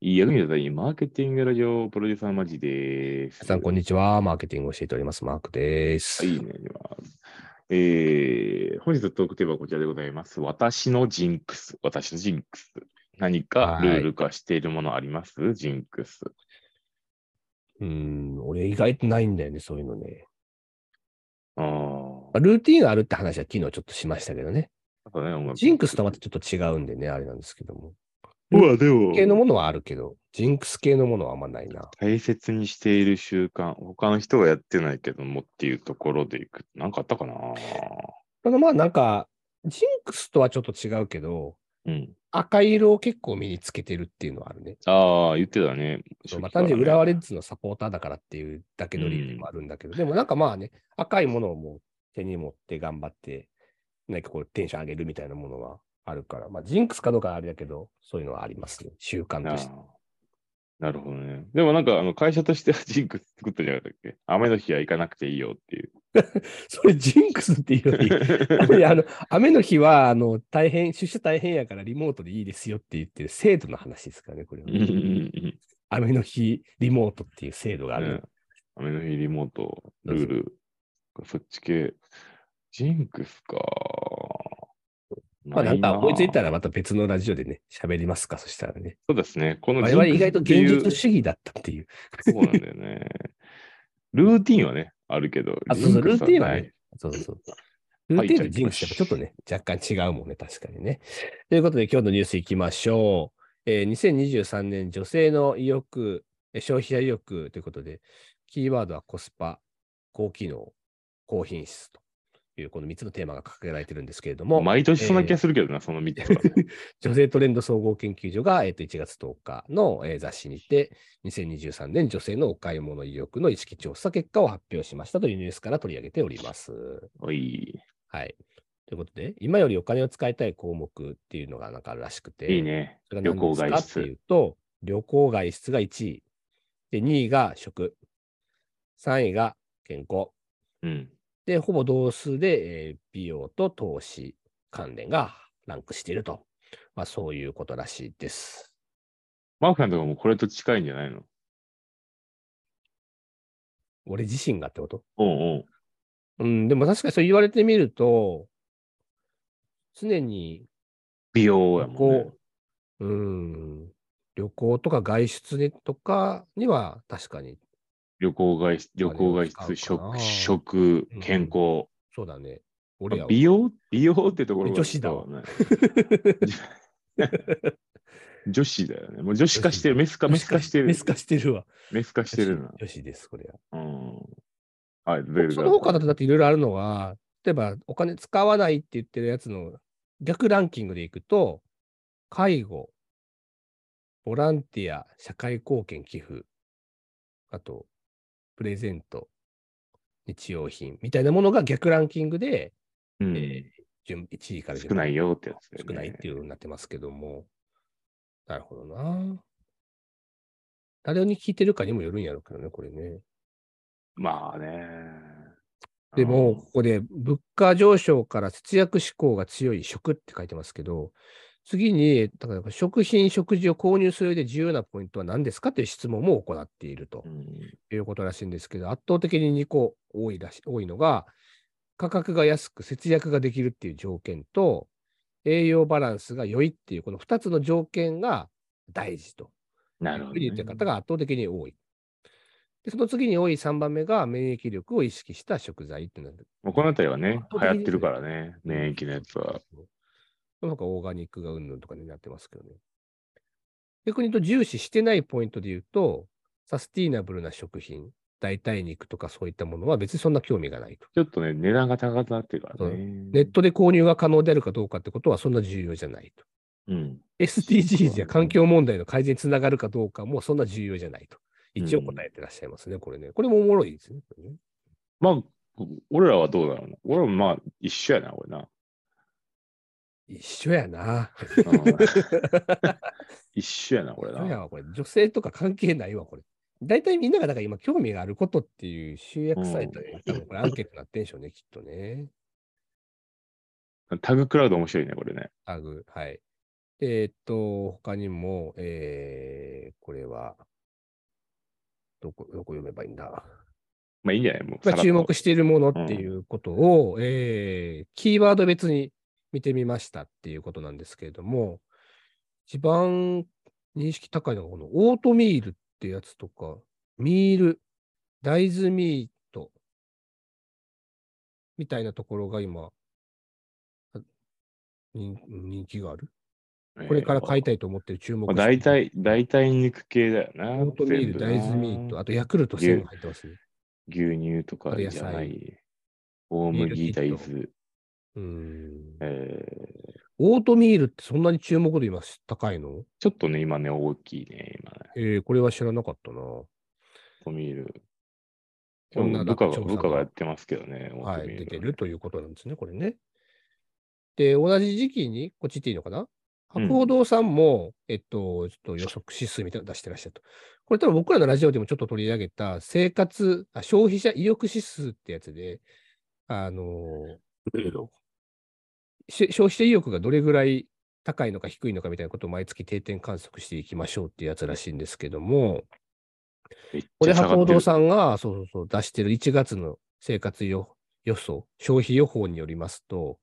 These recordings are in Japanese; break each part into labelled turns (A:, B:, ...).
A: いや、だいマーケティングラジオプロデューサーマジです。
B: 皆さん、こんにちは。マーケティングを教えております。マークです。
A: はい、お願いします。えー、本日のトークテーマはこちらでございます。私のジンクス。私のジンクス。何かルール化しているものあります、ジンクス。
B: うーん、俺意外とないんだよね、そういうのね。
A: ああ。
B: まあルーティーンがあるって話は昨日ちょっとしましたけどね。ジンクスとはまたちょっと違うんでね、あれなんですけども。
A: うわ、でも、
B: 系のものはあるけど、ジンクス系のものはあんまないな。
A: 大切にしている習慣、他の人がやってないけどもっていうところでいく。なんかあったかな
B: ただまあなんか、ジンクスとはちょっと違うけど、
A: うん。
B: 赤色を結構身につけてるっていうのはあるね。
A: ああ、言ってたね。
B: まあ、単純に浦和
A: わ
B: レッズのサポーターだからっていうだけの理由もあるんだけど、でもなんかまあね、赤いものをもう手に持って頑張って、何かこうテンション上げるみたいなものはあるから、まあジンクスかどうかはあれだけど、そういうのはありますね。習慣として。
A: ああなるほどね。でもなんか、あの会社としては ジンクス作ったんじゃなかったっけ雨の日は行かなくていいよっていう。
B: それジンクスっていうより、やっぱりあの、雨の日は、あの、大変、出社大変やからリモートでいいですよって言ってる制度の話ですからね、これは
A: う。んうんうん
B: 雨の日リモートっていう制 度がある。
A: ね雨の日リモート、ルール。そっち系。ジンクスか。
B: まあなんか思いついた
A: ら。
B: らまた別のラジオでね、喋りますか、そしたらね。
A: そうですね。この
B: 我々
A: ジンク
B: 意
A: ス
B: 外と
A: ってい
B: 現
A: う
B: 実主義だったっていう。
A: そうなんだよね。ルーティンはね、あるけど。
B: あ、そうそ
A: ジ
B: う、
A: ン
B: ル
A: ク
B: ー
A: ス
B: ティンは
A: ない
B: ね。。そうそう。ルーティンとジンクスやっぱちょっとね、若干違うもんね、確かにね。ということで、今日のニュースいきましょう。えー、2023年女性の意欲、えー消費者意欲ということで、キーワードはコスパ、高機能、高品質という、この3つのテーマが掲げられてるんですけれども、
A: 毎年そんな気がするけどな、その3つは、ね。
B: 女性トレンド総合研究所が、えっと1月10日の、えー雑誌にて、2023年女性のお買い物意欲の意識調査結果を発表しましたというニュースから取り上げております。
A: おい、
B: はい。ということで、今よりお金を使いたい項目っていうのがなんかあるらしくて、
A: いい ね。
B: それが何
A: 旅行
B: です
A: 外
B: かって
A: 出
B: いうと、旅行外出が1位、で2位が食、3位が健康、
A: うん。
B: で、ほぼ同数で、えー美容と投資関連がランクしていると、まあ、そういうことらしいです。
A: マークさんとかもこれと近いんじゃないの
B: 俺自身がってこと
A: おう
B: うん、でも確かにそう言われてみると、常に
A: 美容や
B: 旅
A: もんね
B: 行。、うん、旅行とか外出でとかには確かに、
A: 旅行外出、旅行外
B: あれ
A: 出、
B: を使うかな
A: 食、食、健康。
B: そうだね。俺やわ
A: 美容美容ってところが
B: 女子だわ
A: そうね 女子だよね。もう女子化してる。メス化、メス化 してる。
B: メス化してるわ。
A: メス化してるな。
B: よしです、これは。
A: うん。はい、出てく
B: そ
A: だ
B: の他だ
A: さ
B: と、だっていろいろあるのは、例えばお金使わないって言ってるやつの逆ランキングでいくと、介護、ボランティア、社会貢献寄付、あと、プレゼント、日用品みたいなものが逆ランキングで、
A: い。う
B: え
A: ん
B: ー順1位から順
A: 少ないよってやつだよね
B: 少ないっていうようになってますけども。なるほどな。誰に聞いてるかにもよるんやろうけどね、これね。
A: まあね。
B: でも、ここで物価上昇から節約志向が強い食って書いてますけど、次に、だから食品、食事を購入する上で重要なポイントは何ですかという質問も行っていると
A: うん、うん
B: いうことらしいんですけど、圧倒的に2個多いらし多いのが、価格が安く節約ができるっていう条件と、栄養バランスが良いっていう、この2つの条件が大事と
A: な
B: いう
A: る
B: ふ
A: ほ
B: う
A: ど、
B: に
A: ね
B: 言ってる。方が圧倒的に多い。でその次に多い3番目が免疫力を意識した食材ってなる。
A: もうこの辺りはね、流行
B: 圧倒的
A: っ
B: に
A: てるからね、免疫のやつは。。
B: なんかオーガニックがうんぬんとかになってますけどね。逆に言うと、重視してないポイントで言うと、サスティナブルな食品、代替肉とかそういったものは別にそんな興味がないと。
A: ちょっとね、値段が高くなってるからね。
B: ネットで購入が可能であるかどうかってことはそんな重要じゃないと。
A: うん。
B: SDGs や環境問題の改善につながるかどうかもそんな重要じゃないと。一応答えてらっしゃいますね、これね。これもおもろいですね。これね
A: まあ、俺らはどうだろうな。俺もまあ、一緒やな、俺な。
B: 一緒やな。
A: うん 一緒やな、俺
B: いや
A: な。
B: わこれ女性とか関係ないわ、これ。大体みんながだから今興味があることっていう集約サイトで、多分これアンケートになってんでしょうね、きっとね。
A: タグクラウド面白いね、これね。
B: タグ、はい。でえーっと、他にも、えーどこ、どこ読めばいいんだ。
A: まあいいんじゃないもう。
B: まあ、注
A: さらっと
B: 目しているものっていうことを、えーキーワード別に見てみましたっていうことなんですけれども、一番認識高いのがこのオートミールってやつとか、ミール、大豆ミートみたいなところが今、あ人人気がある。これから買いたいと思ってる注目
A: まあ
B: して
A: 大体、
B: る
A: 大体肉系だよな。
B: オートミー
A: 全
B: ル、
A: 部な
B: 大豆ミート、あとヤクルト1000が入ってますね。
A: 牛乳とか
B: あと野
A: じ
B: 菜
A: ゃない。大
B: ミ
A: 麦、
B: ー
A: 大
B: ルキット
A: 豆。
B: うん
A: えー
B: オートミールってそんなに注目度今高いの
A: ちょっとね、今ね、大きいね、今ね。
B: えー、これは知らなかったな。
A: オートミール。
B: こんな
A: 部下
B: 調
A: が、
B: 査が
A: 部下がやってますけどね、オー
B: は
A: トミール
B: い、
A: ね
B: 出てるということなんですね、これね。で、同じ時期に、こっち行っていいのかな
A: うん
B: 博報堂さんも、えっと、ちょっと予測指数みたいなの出してらっしゃると。これ多分僕らのラジオでもちょっと取り上げた、生活あ、消費者意欲指数ってやつで、あのーし消費者意欲がどれぐらい高いのか低いのかみたいなことを毎月定点観測していきましょうっていうやつらしいんですけども、
A: めっちゃ
B: これ、
A: 下がってる
B: 博報堂さんが、そうそうそう、出してる1月の生活予予想、消費予報によりますと、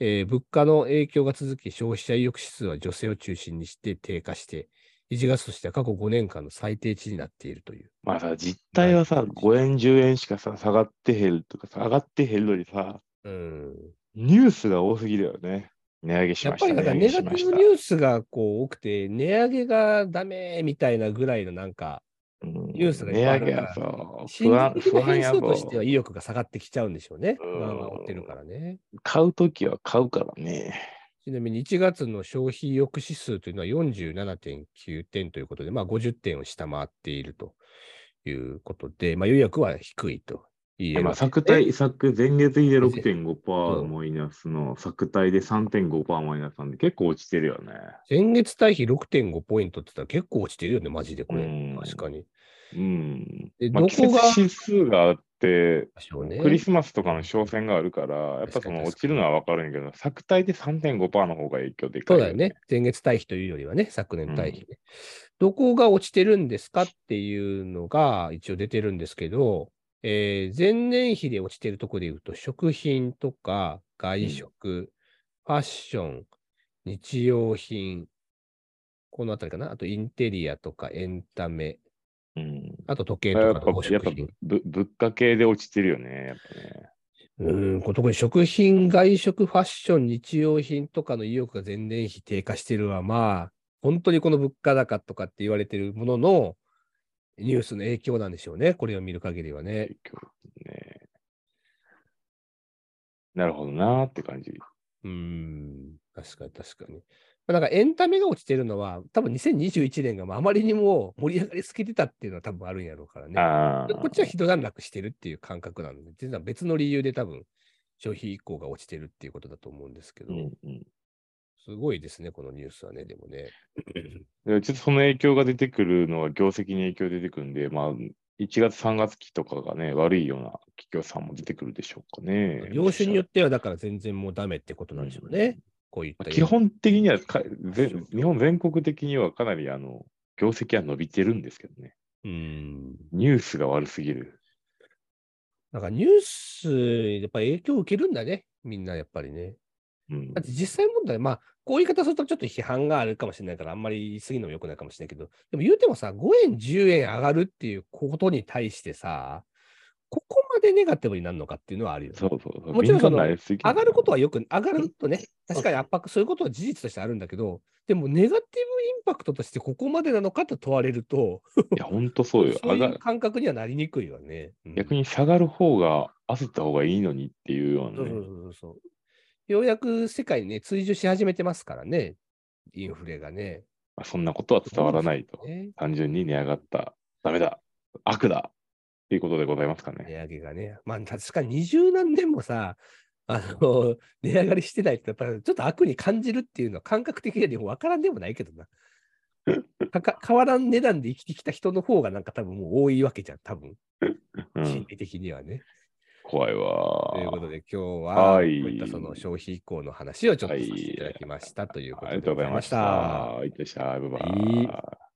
B: えー物価の影響が続き、消費者意欲指数は女性を中心にして低下して、1月としては過去5年間の最低値になっているという。
A: まあさ、実態はさ、5円、10円しかさ、下がって減るとかさ、上がって減るのにさ、
B: うん、
A: ニュースが多すぎだよね。値上げし
B: やっ
A: まし
B: ぱ
A: た。
B: りなんか
A: 値上
B: ネ
A: げし
B: ガテ
A: ま
B: ィ
A: した
B: ブニュースがこう多くて、値上げがダメみたいなぐらいのなんか、
A: うん
B: ニュースがいっ
A: 値
B: ぱ
A: 上げ
B: いあるから
A: はさ、
B: 心
A: 不安、
B: 理的
A: 不
B: な
A: 安
B: 変
A: やぞ
B: 数としては意欲が下がってきちゃうんでしょうね。
A: うん
B: 不安が追ってるからね。
A: 買うときは買うからね。
B: ちなみに1月の消費抑止指数というのは47.9点ということで、まあ、50点を下回っているということで、まあ、予約は低いと言え
A: ま
B: ま
A: あ、
B: す。
A: 作対、作、前月比で
B: う
A: 6.5%
B: ん
A: マイナスの、作対で3.5%マイナスなんで、結構落ちてるよね。
B: 前月対比6.5ポイントって言ったら結構落ちてるよね、マジでこれ。
A: うん
B: 確かに。
A: うん。
B: で、
A: まあ、
B: ど
A: 季節
B: こが、
A: 指数があって、クリスマスとかの商戦があるから、やっぱ
B: 確か
A: そ
B: に
A: の落
B: 確
A: ち
B: かに
A: るのはわかるんやけど、作対で3.5%の方が影響でかいう
B: そだよね。。前月対比というよりはね、昨年対比、ねどこが落ちてるんですかっていうのが一応出てるんですけど、えー前年比で落ちてるところで言うと、食品とか外食、ファッション、日用品、このあたりかな。あとインテリアとかエンタメ、
A: うん。
B: あと時計
A: や
B: と
A: っ
B: か
A: ぱ
B: の宝飾
A: やっぱ
B: 品。
A: ぶ物価系で落ちてるよね、やっぱね。
B: うん、こう特に食品、外食、ファッション、日用品とかの意欲が前年比低下してるは、まあ、本当にこの物価高とかって言われてるものの、ニュースの影響なんでしょうね。これを見る限りはね。
A: 影響ね。なるほどなーって感じ。
B: うん、確かに確かに。まあなんかエンタメが落ちてるのは、多分2021年がまああまりにも盛り上がりすぎてたっていうのは多分あるんやろうからね。
A: あ
B: でこっちは一段落してるっていう感覚なので、実は別の理由で多分消費以降が落ちてるっていうことだと思うんですけ
A: う
B: ど。
A: んうん
B: すごいですね、このニュースはね、でもね。
A: でちょっとその影響が出てくるのは業績に影響出てくるんで、まあ、1月、3月期とかがね、悪いような企業さんも出てくるでしょうかね。
B: 業種によっては、だから全然もうダメってことなんでしょうね。こういっ
A: まあ
B: た。
A: 基本的にはか全、日本全国的にはかなりあの業績は伸びてるんですけどね。
B: うん。
A: ニュースが悪すぎる。
B: なんかニュース、やっぱ影響を受けるんだね、みんなやっぱりね。
A: うん
B: だって実際問題、まあ、こういう言い方するとちょっと批判があるかもしれないから、あんまり言い過ぎるのも良くないかもしれないけど、でも言うてもさ、5円、10円上がるっていうことに対してさ、ここまでネガティブになるのかっていうのはあるよね。
A: そうそうそう。
B: もちろんそ
A: 敏感に
B: の
A: なりすぎ
B: 上がること
A: は
B: はよく、上がるとね、確かに圧迫、そういうことは事実としてあるんだけど、でもネガティブインパクトとしてここまでなのかと問われると、
A: いや、本当そうよ。
B: そう
A: 上
B: い
A: が
B: う感覚にはなりにくいわね。うん
A: 逆に下がる方が焦った方がいいのにっていうような
B: そう
A: ね、
B: そうそうそう。ようやく世界にね、追従し始めてますからね、インフレがね。
A: まあ、そんなことは伝わらないと。
B: ね
A: 単純に値上がった。ダメだ。悪だ。っていうことでございますかね。
B: 値上げがね。まあ、確かに二十何年もさ、あの、 値上がりしてないと、やっぱりちょっと悪に感じるっていうのは感覚的には分からんでもないけ どな。かか変わらん値段で生きてきた人の方がなんか多分もう多いわけじゃん、多分。
A: う
B: 心
A: ん、
B: 理的にはね。
A: 怖いわ
B: ということ
A: ー。
B: で今日は、
A: は
B: こう
A: い
B: いったその消費以降の話をちょっとさせていただきましたというこ
A: あ
B: と
A: りが
B: で
A: とう
B: ご
A: ござ
B: ざ
A: い
B: い
A: ま
B: ま
A: し
B: したた。。
A: いってらっしゃい。バイバ
B: はい
A: イ